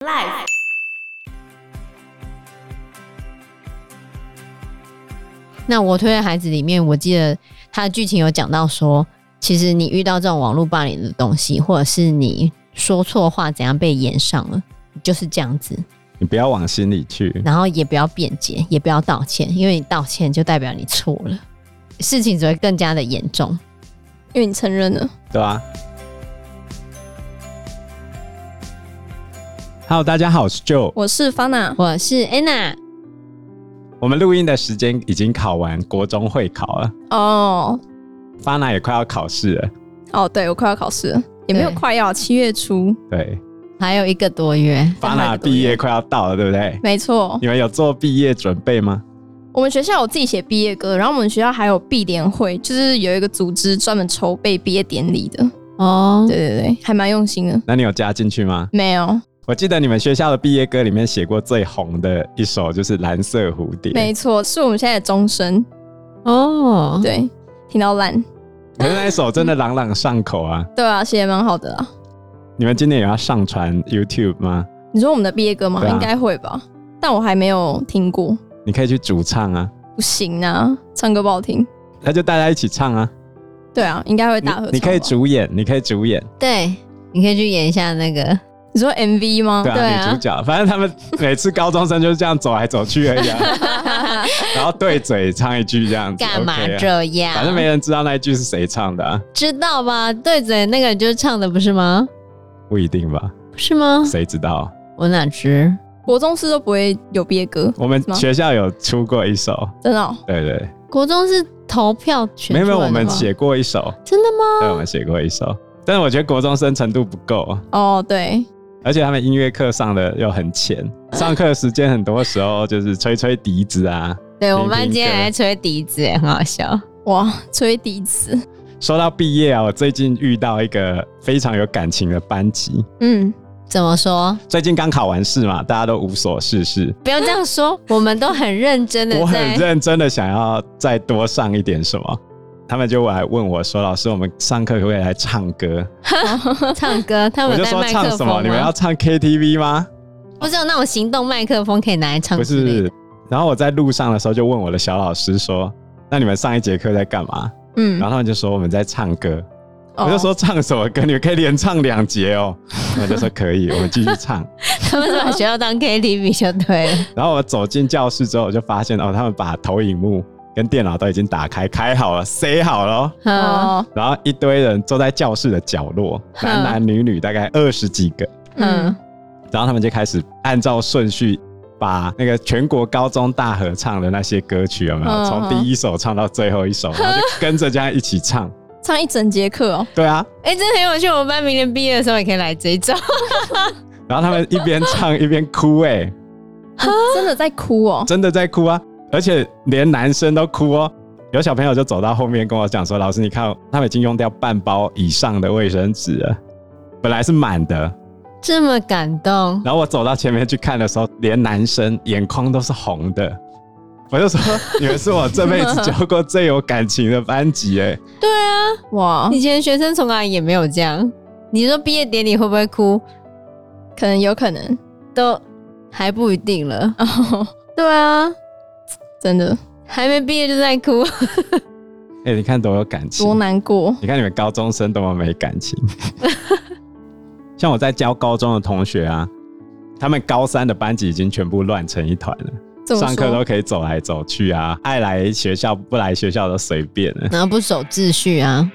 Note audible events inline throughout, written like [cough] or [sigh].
Life。那我推的孩子里面，我记得他的剧情有讲到说，其实你遇到这种网络霸凌的东西，或者是你说错话怎样被延上了，就是这样子。你不要往心里去。然后也不要辩解，也不要道歉，因为你道歉就代表你错了，事情只会更加的严重。因为你承认了。对啊。Hello，大家好，我是 Joe。我是方娜，我是 Anna，我们录音的时间已经考完国中会考了，哦发娜也快要考试了。哦，对我快要考试了，也没有对快要，七月初，对，还有一个多月，发娜毕业快要到了，对不对？没错。你们有做毕业准备吗？我们学校有自己写毕业歌，然后我们学校还有毕联会，就是有一个组织专门筹备毕业典礼的。嗯哦对，对对，还蛮用心的。那你有加进去吗？没有，我记得你们学校的毕业歌里面写过最红的一首就是《蓝色蝴蝶》，没错，是我们现在的钟声。哦，对，听到烂。可是那一首真的朗朗上口啊！对啊，写的蛮好的啊。你们今年有要上传 YouTube 吗？你说我们的毕业歌吗？对啊应该会吧，但我还没有听过。你可以去主唱啊，不行啊，唱歌不好听。那就大家一起唱啊。对啊，应该会你大合唱你可以吧主演，你可以主演，对，你可以去演一下那 [laughs] 个，你说 MV 吗？对啊，对啊女主角。反正他 [laughs] 们每次高中生就是这样走来走去而已、啊， [laughs] 然后对嘴唱一句这样子，干嘛 OK 啊这样？反正没人知道那一句是谁唱的、啊，知道吧？对嘴那个就是唱的不是吗？不一定吧？不是吗？谁知道？我哪知？国中是都不会有毕业歌，我们是吗学校有出过一首，真的、哦。对对国中是投票对，选没有没有，出来我的吗们写过一首，真的吗？对，我们写过一首。但是我觉得国中生程度不够，哦，对，而且他们音乐课上的又很浅，上课时间很多时候就是吹吹笛子啊，对我听们班听今天歌还在吹笛子，很好笑。哇，吹笛子，说到毕业啊，我最近遇到一个非常有感情的班级。嗯，怎么说？最近刚考完试嘛，大家都无所事事。不要这样 [laughs] 说，我们都很认真的我很在。认真的想要再多上一点什么，他们就来问我说：“老师，我们上课可不可以来唱歌唱歌，？”他 [laughs] 我们有就带说：“麦唱克什风么？吗？你们要唱 KTV 吗不是有那种行动麦克风可以拿来？”唱？不是。。然后我在路上的时候就问我的小老师说：“那你们上一节课在干嘛？”嗯 [laughs] 然，后他们就说：“我们在唱歌。”哦我就说：“唱什么歌？你们可以连唱两节哦。”我就说：“可以，我们继续唱。”他们是把学校当 KTV 就对了。然后我走进教室之后，我就发现哦，他们把投影幕跟电脑都已经打开，开好了，塞好了哦。嗯哦，然后一堆人坐在教室的角落，男男女女大概二十几个，嗯嗯，然后他们就开始按照顺序把那个全国高中大合唱的那些歌曲有没有，嗯从第一首唱到最后一首，然后就跟着这样一起唱。唱一整节课哦，对啊，哎、真的很有趣。我们班明年毕业的时候也可以来这一招。然后他们一边唱一边哭、哎，真的在哭哦，真的在哭啊，而且连男生都哭哦。有小朋友就走到后面跟我讲说：“老师，你看，他们已经用掉半包以上的卫生纸了，本来是满的。这么感动，然后我走到前面去看的时候，连男生眼眶都是红的。我就说，你们是我这辈子教过最有感情的班级哎、对啊，哇，以前学生从来也没有这样。你说毕业典礼会不会哭，可能有可能，都还不一定了。哦，对啊，真的还没毕业就在哭。 [laughs] 哎、你看多有感情多，难过，你看你们高中生多么没感情。 [laughs] 像我在教高中的同学啊，他们高三的班级已经全部乱成一团了，怎么上课说都？可以走来走去啊，爱来学校不来学校都随便啊了。 [laughs] 然后不守秩序啊，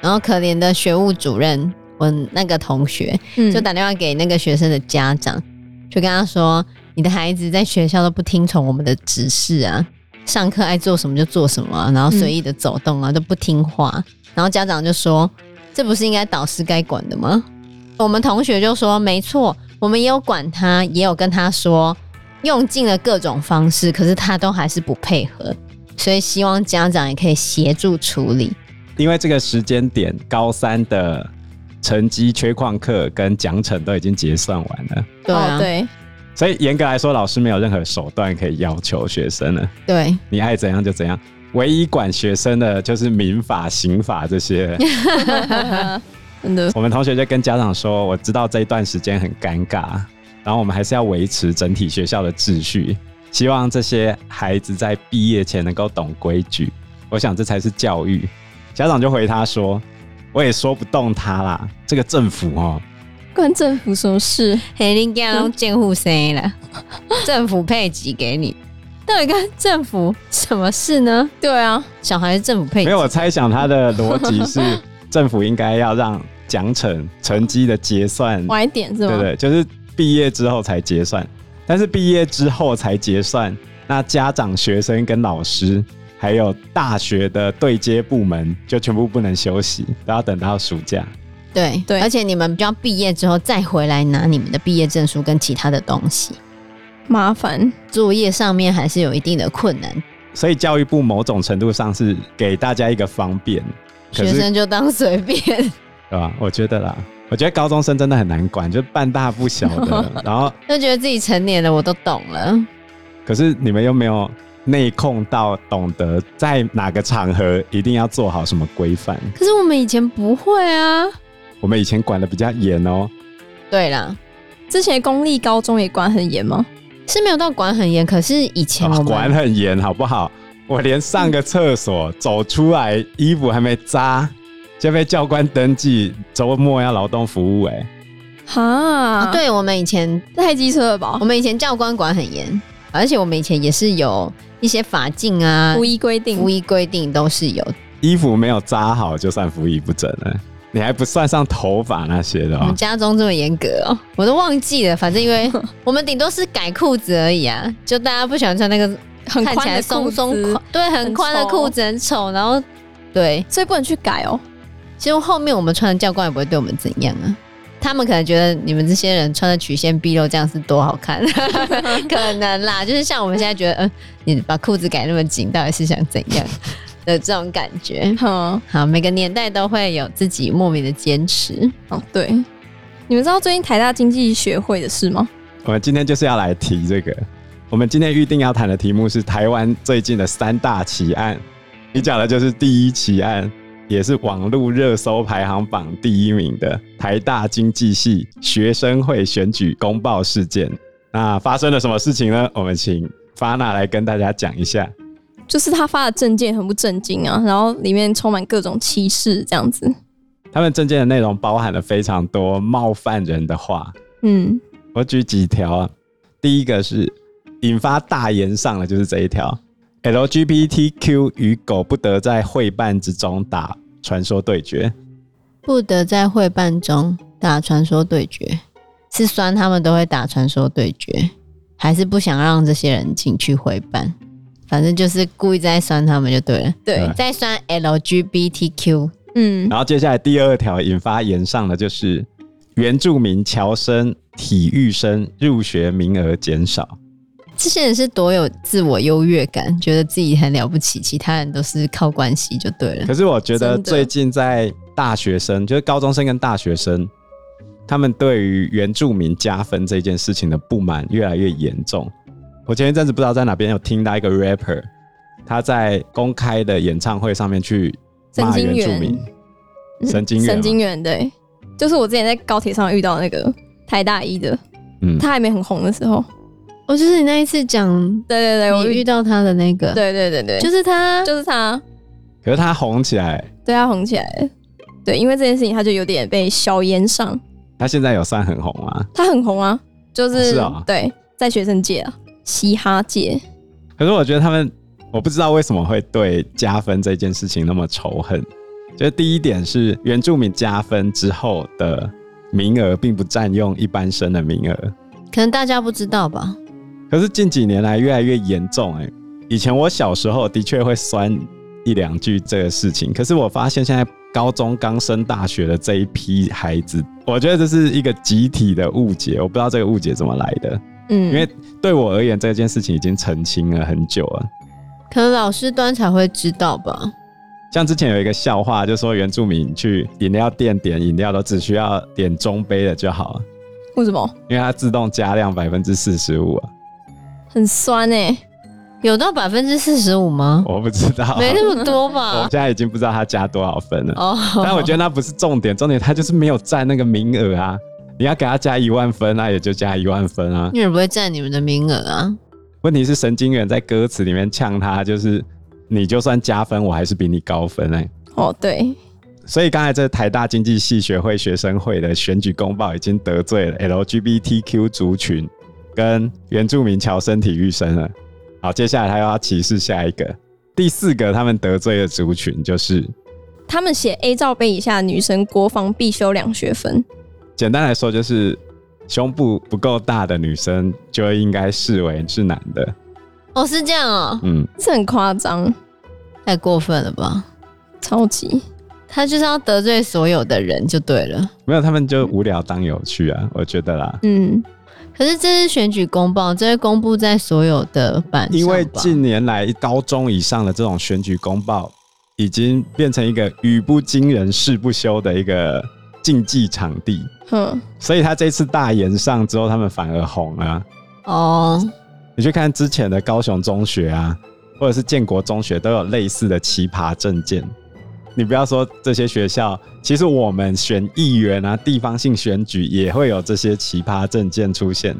然后可怜的学务主任，我那个同学嗯就打电话给那个学生的家长，就跟他说：“你的孩子在学校都不听从我们的指示啊，上课爱做什么就做什么啊、然后随意的走动啊，都不听话。”然后家长就说：“这不是应该导师该管的吗？”我们同学就说：“没错，我们也有管他，也有跟他说，用尽了各种方式，可是他都还是不配合，所以希望家长也可以协助处理。”因为这个时间点，高三的成绩缺旷课跟奖惩都已经结算完了。对啊，哦，对，所以严格来说，老师没有任何手段可以要求学生啊了，对你爱怎样就怎样。唯一管学生的就是民法、刑法这些。真的我们同学就跟家长说：“我知道这一段时间很尴尬，然后我们还是要维持整体学校的秩序，希望这些孩子在毕业前能够懂规矩。我想这才是教育。家长就回他说：“我也说不动他啦，这个政府哦，关政府什么事？黑林家都监护生 [laughs] 了，政府配给给你，到底跟政府什么事呢？对啊，小孩是政府配没给有。我猜想他的逻辑是政府应该要让奖惩成绩的结算，晚一点是对吗？对，就是毕业之后才结算。但是毕业之后才结算，那家长、学生跟老师，还有大学的对接部门，就全部不能休息，都要等到暑假。对对而且你们就要毕业之后再回来拿你们的毕业证书跟其他的东西，麻烦。作业上面还是有一定的困难。所以教育部某种程度上是给大家一个方便，可学是生就当随便， [laughs] 对吧？我觉得啦，我觉得高中生真的很难管，就半大不小 [laughs] 的，然后就觉得自己成年了，我都懂了。可是你们又没有内控到懂得在哪个场合一定要做好什么规范。可是我们以前不会啊。我们以前管的比较严哦，对啦，之前公立高中也管很严吗？是没有到管很严，可是以前我啊们、管很严，好不好？我连上个厕所走出来，衣服还没扎，就被教官登记，周末要劳动服务、哎，哈，啊，，对我们以前这太机车了吧我？们以前教官管很严，而且我们以前也是有一些法禁啊、无一规定服，役规定都是有，衣服没有扎好就算服役不整了，你还不算上头发那些啊的我哦们。家中这么严格哦、我都忘记了。反正因 [laughs] 为我们顶多是改裤子而已啊，就大家不喜欢穿那个很看起宽来的松松松松垮，对，很宽的很丑裤子很丑。然后对，所以不能去改哦。其实后面我们穿的教官也不会对我们怎样啊。他们可能觉得你们这些人穿的曲线毕露这样是多好看， [laughs] 可能啦，就是像我们现在觉得，嗯、你把裤子改那么紧，到底是想怎样的这种感觉。哼，好，每个年代都会有自己莫名的坚持。哦对，你们知道最近台大经济学会的事吗？我们今天就是要来提这个。我们今天预定要谈的题目是台湾最近的三大奇案，你讲的就是第一奇案，也是网络热搜排行榜第一名的台大经济系学生会选举公报事件。那发生了什么事情呢？我们请发娜来跟大家讲一下。就是他发的证件很不正经啊，然后里面充满各种歧视这样子。他们证件的内容包含了非常多冒犯人的话，嗯，我举几条啊。第一个是引发大言上的，就是这一条：LGBTQ 与狗不得在会办之中打传说对决。不得在会办中打传说对决，是酸他们都会打传说对决，还是不想让这些人进去会办？反正就是故意在酸他们就对了，对，对在酸 LGBTQ。嗯，然后接下来第二条引发言上的就是原住民侨生体育生入学名额减少。这些人是多有自我优越感，觉得自己很了不起，其他人都是靠关系就对 [laughs] 了。可是我觉得真的最近在大学生，就是高中生跟大学生，他们对于原住民加分这件事情的不满越来越严重。我前一阵子不知道在哪边有听到一个 rapper，他在公开的演唱会上面去骂原住民，嗯神经元啊神经吗元对，就是我之前在高铁上遇到那个台大一的，嗯，他还没很红的时候，我、就是你那一次讲，对对对，哎我你遇遇，到他的那个，，对对对对，就是他，就是他，可是他红起来，对他红起来了，对，因为这件事情他就有点被小言上，他现在有算很红啊。他很红啊，就是是啊对，在学生界啊，嘻哈界，可是我觉得他们，我不知道为什么会对加分这件事情那么仇恨。就是第一点是原住民加分之后的名额并不占用一般生的名额，可能大家不知道吧？可是近几年来越来越严重、欸。以前我小时候的确会酸一两句这个事情，可是我发现现在高中刚升大学的这一批孩子，我觉得这是一个集体的误解，我不知道这个误解怎么来的，嗯，因为对我而言这件事情已经澄清了很久了。可能老师端才会知道吧？像之前有一个笑话，就说原住民去饮料店点饮料都只需要点中杯的就好了，为什么因为它自动加量百分之四十五啊。很酸哎、有到百分之四十五吗？我不知 [laughs] 道，没那么多我 [laughs] 吧现？在已经不知道它加多少分了。哦，但我觉得那不是重点，重点它就是没有占那个名额啊。你要给他加一万分，啊那也就加一万分啊。因为不会占你们的名额啊。问题是神经元在歌词里面呛他，就是你就算加分，我还是比你高分哎、哦，对，所以刚才这台大经济系学会学生会的选举公报已经得罪了 LGBTQ 族群跟原住民侨生体育生了。好，接下来他又要歧视下一个第四个他们得罪的族群，就是他们写 A 罩杯以下女生国防必修两学分，简单来说就是胸部不够大的女生就应该视为是男的。哦，是这样哦，嗯，这很夸张，太过分了吧？超级。他就是要得罪所有的人就对了。没有他们就无聊当有趣啊，我觉得啦。嗯，可是这是选举公报，这会公布在所有的版上吧因为近年来高中以上的这种选举公报，已经变成一个语不惊人誓不休的一个竞技场地，哼，所以他这次大言上之后，他们反而红了、啊。哦，你去看之前的高雄中学啊，或者是建国中学，都有类似的奇葩证件。你不要说这些学校，其实我们选议员啊，地方性选举也会有这些奇葩证件出现。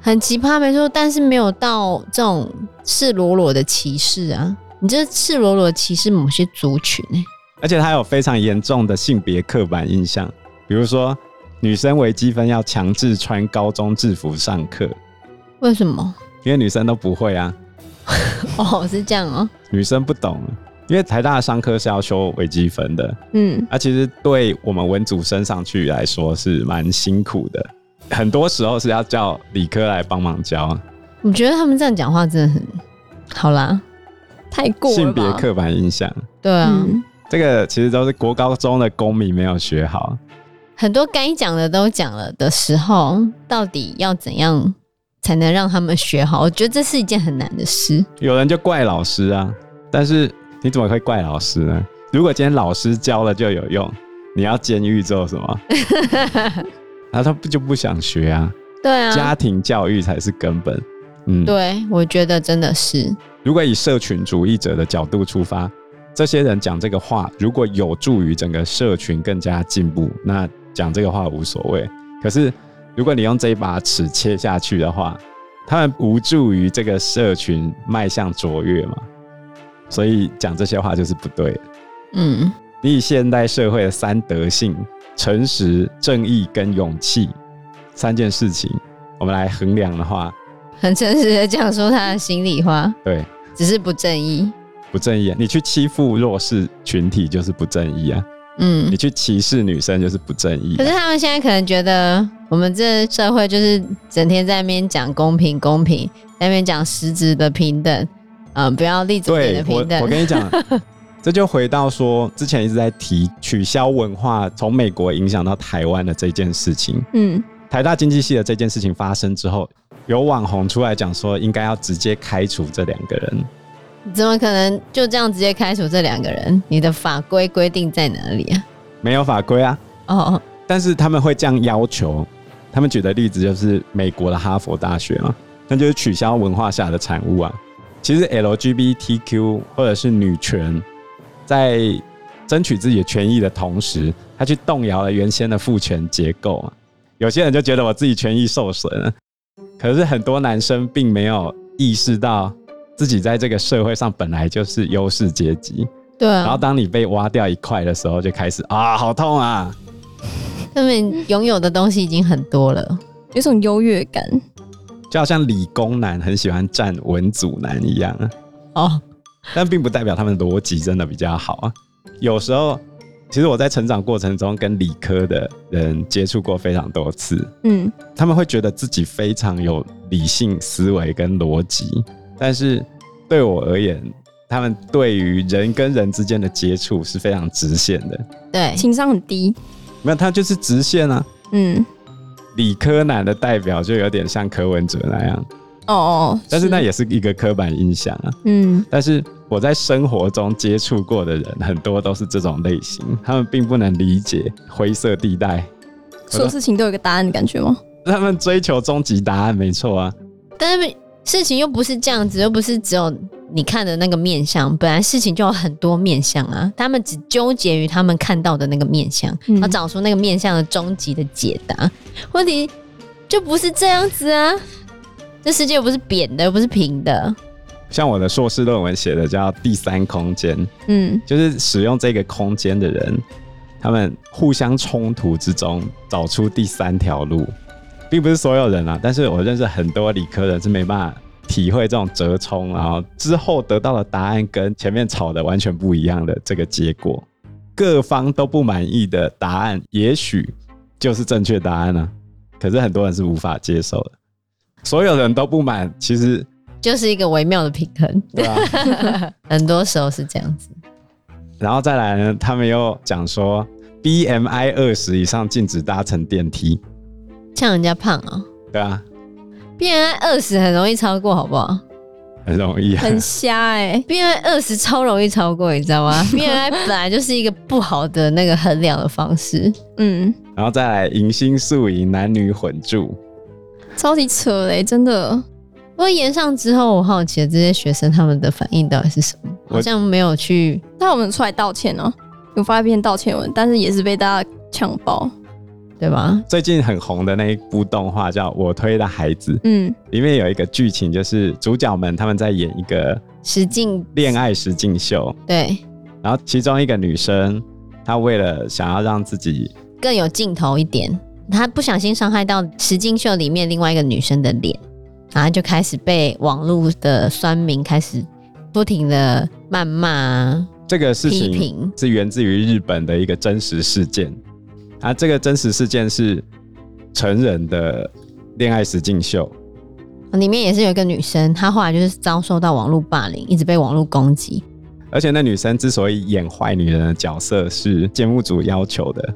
很奇葩没错，但是没有到这种赤裸裸的歧视啊！你这赤裸裸歧视某些族群、欸，而且它有非常严重的性别刻板印象，比如说女生微积分要强制穿高中制服上课，为什么？因为女生都不会啊，哦，是这样哦、女生不懂，因为台大的商科是要修微积分的，嗯，啊，其实对我们文组升上去来说是蛮辛苦的，很多时候是要叫理科来帮忙教，我觉得他们这样讲话真的很好啦，太过了性别吧？刻板印象，对啊，嗯，这个其实都是国高中的公民没有学好，很多该讲的都讲了的时候，到底要怎样才能让他们学好？我觉得这是一件很难的事。有人就怪老师啊，但是你怎么会怪老师呢？如果今天老师教了就有用，你要监狱做什么？然后他不就不想学啊？对啊，家庭教育才是根本。嗯，对，我觉得真的是如果以社群主义者的角度出发，这些人讲这个话，如果有助于整个社群更加进步，那讲这个话无所谓。可是，如果你用这一把尺切下去的话，他们无助于这个社群迈向卓越嘛，所以讲这些话就是不对的。嗯，你以现代社会的三德性——诚实、正义跟勇气三件事情，我们来衡量的话，很诚实的讲说他的心里话，对只是不正义。不正义、啊，你去欺负弱势群体就是不正义啊。嗯你，去歧视女生就是不正义、啊可是他们现在可能觉得我们这社会就是整天在那边讲公平公平，在那边讲实质的平等，嗯、不要立足点的对我平，等我。跟 [laughs] 你讲，这就回到说之前一直在提取消文化从美国影响到台湾的这件事情。嗯，台大经济系的这件事情发生之后，有网红出来讲说，应该要直接开除这两个人。怎么可能就这样直接开除这两个人？你的法规规定在哪里啊？没有法规啊，哦，但是他们会这样要求。他们举的例子就是美国的哈佛大学嘛，那就是取消文化下的产物啊。其实 LGBTQ 或者是女权，在争取自己的权益的同时，他去动摇了原先的父权结构啊。有些人就觉得我自己权益受损了，可是很多男生并没有意识到自己在这个社会上本来就是优势阶级。对然后啊，当你被挖掉一块的时候，就开始啊，好痛啊！他们拥有的东西已经很多了。有种优越感，就好像理工男很喜欢站文组男一样， [laughs] 哦，但并不代表他们逻辑真的比较好啊。有时候，其实我在成长过程中跟理科的人接触过非常多次，嗯，他们会觉得自己非常有理性思维跟逻辑，但是对我而言，他们对于人跟人之间的接触是非常直线的，对，情商很低，没有，他就是直线啊。嗯，理科男的代表就有点像柯文哲那样，哦哦，但是那也是一个刻板印象啊。嗯，但是我在生活中接触过的人，很多都是这种类型，他们并不能理解灰色地带，所有事情都有一个答案的感觉吗？他们追求终极答案，没错啊。但是事情又不是这样子，又不是只有你看的那个面相，本来事情就有很多面相啊，他们只纠结于他们看到的那个面相，嗯要找出那个面相的终极的解答。问题就不是这样子啊，这世界又不是扁的，又不是平的，像我的硕士论文写的叫“第三空间”， [laughs] 嗯就是使用这个空间的人，他们互相冲突之中找出第三条路，并不是所有人啊，但是我认识很多理科人是没办法体会这种折冲，然后之后得到的答案跟前面吵的完全不一样的这个结果，各方都不满意的答案，也许就是正确答案呢、啊可是很多人是无法接受的，所有人都不满，其实就是一个微妙的平衡，对啊吧、很多时候是这样子。然后再来呢，他们又讲说 BMI 二十以上禁止搭乘电梯，像人家胖哦、对啊， b m i 二十很容易超过，好不好很容易、啊。很瞎哎、 ？BMI 二十超容易超过，你知道吗？BMI 本来就是一个不好的那个衡量的方式，嗯， [laughs] 然后再来迎新宿营，男女混住，超级扯嘞、真的。不过延上之后，我好奇了这些学生他们的反应到底是什么，我好像没有去。那我们出来道歉哦、有发一篇道歉文，但是也是被大家呛爆。对吧？最近很红的那一部动画叫《我推的孩子》，嗯里面有一个剧情，就是主角们他们在演一个实境恋爱实境秀，对然后其中一个女生，她为了想要让自己更有镜头一点，他不小心伤害到石境秀里面另外一个女生的脸，然后就开始被网络的酸民开始不停的谩骂啊、这个事批情评是源自于日本的一个真实事件啊，这个真实事件是成人的恋爱实境秀，里面也是有一个女生，她后来就是遭受到网络霸凌，一直被网络攻击。而且那女生之所以演坏女人的角色是节目组要求的，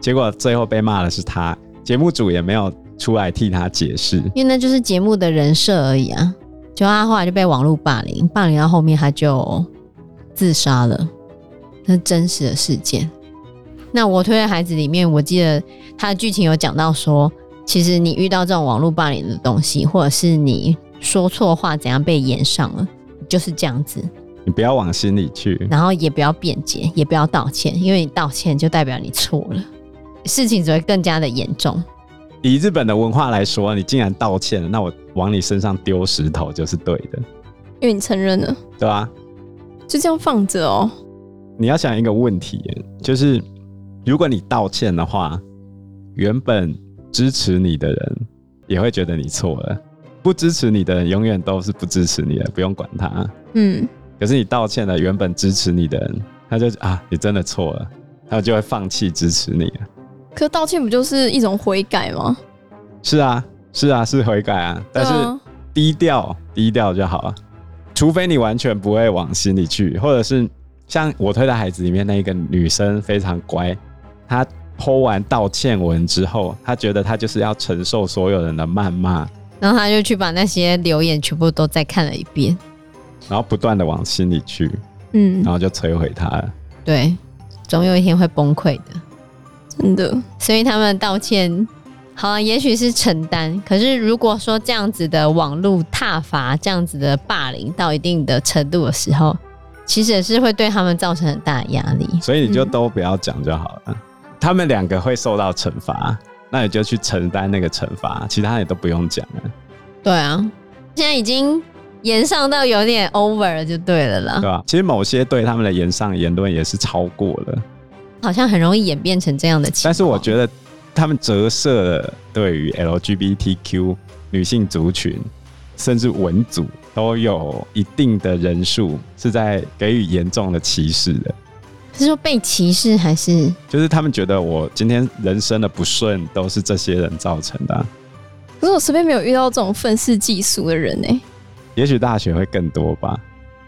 结果最后被骂的是她，节目组也没有出来替她解释，因为那就是节目的人设而已啊。就他后来就被网络霸凌，霸凌到后面他就自杀了，那是真实的事件。那我推的孩子里面，我记得他的剧情有讲到说，其实你遇到这种网络霸凌的东西，或者是你说错话怎样被延上了，就是这样子。你不要往心里去。然后也不要辩解，也不要道歉，因为你道歉就代表你错了，事情只会更加的严重。以日本的文化来说，你竟然道歉了，那我往你身上丢石头就是对的，因为你承认了，对吧、就这样放着哦、你要想一个问题，就是如果你道歉的话，原本支持你的人也会觉得你错了，不支持你的人永远都是不支持你的，不用管他。嗯，可是你道歉了，原本支持你的人，他就啊，你真的错了，他就会放弃支持你了。可道歉不就是一种悔改吗？是啊，是啊，是悔改啊，但是对啊低调低调就好了，除非你完全不会往心里去，或者是像我推的孩子里面那一个女生非常乖，她剖完道歉文之后，她觉得她就是要承受所有人的谩骂，然后他就去把那些留言全部都再看了一遍。然后不断的往心里去，嗯然，后就摧毁她了。对，总有一天会崩溃的。真的，所以他们道歉，好、啊，也许是承担。可是如果说这样子的网络挞伐、这样子的霸凌到一定的程度的时候，其实也是会对他们造成很大的压力。所以你就都不要讲就好了。他们两个会受到惩罚，那你就去承担那个惩罚，其他你都不用讲了，对啊，现在已经延上到有点 over 了，就对了啦对。啊吧？其实某些对他们的言上言论也是超过了。好像很容易演变成这样的情况。但是我觉得他们折射了对于 LGBTQ 女性族群，甚至文族都有一定的人数是在给予严重的歧视的，是说被歧视还是就是他们觉得我今天人生的不顺都是这些人造成的啊、可是我身边没有遇到这种愤世嫉俗的人哎、也许大学会更多吧。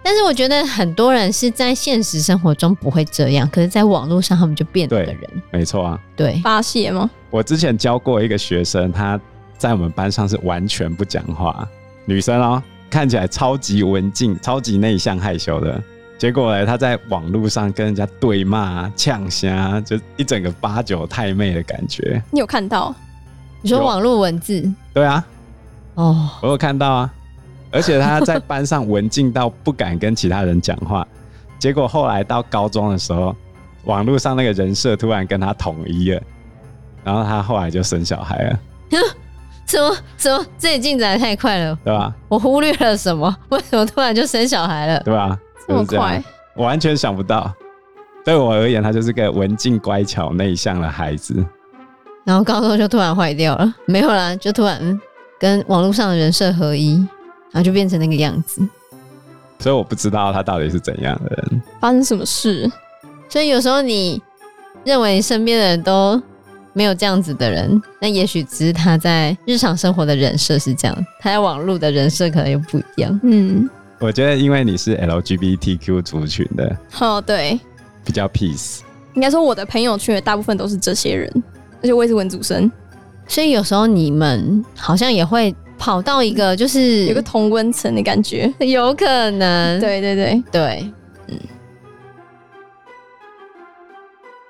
但是我觉得很多人是在现实生活中不会这样，可是在网络上他们就变了对的人。没错啊，对，发泄吗？我之前教过一个学生，他在我们班上是完全不讲话，女生哦，看起来超级文静、超级内向、害羞的。结果呢，她在网络上跟人家对骂啊、呛虾啊，就一整个八九太妹的感觉。你有看到？你说有网络文字对啊，哦，我有看到啊，而且他在班上文静到不敢跟其他人讲话。结果后来到高中的时候，网络上那个人设突然跟他统一了，然后他后来就生小孩了，怎么怎么这也进展得太快了？对吧？我忽略了什么？ [laughs] 为什么突然就生小孩了？对吧？这么就是样快，我完全想不到。对我而言，他就是个文静、乖巧、内向的孩子。然后高中就突然坏掉了，没有啦，就突然嗯跟网络上的人设合一，然后就变成那个样子。所以我不知道他到底是怎样的人。发生什么事？所以有时候你认为你身边的人都没有这样子的人，那也许只是他在日常生活的人设是这样，他在网络的人设可能又不一样。嗯，我觉得，因为你是 LGBTQ 族群的，哦，对，比较 peace。应该说我的朋友圈大部分都是这些人，而且我也是文组生，所以有时候你们好像也会跑到一个就是有个同温层的感觉。有可能对对对，对，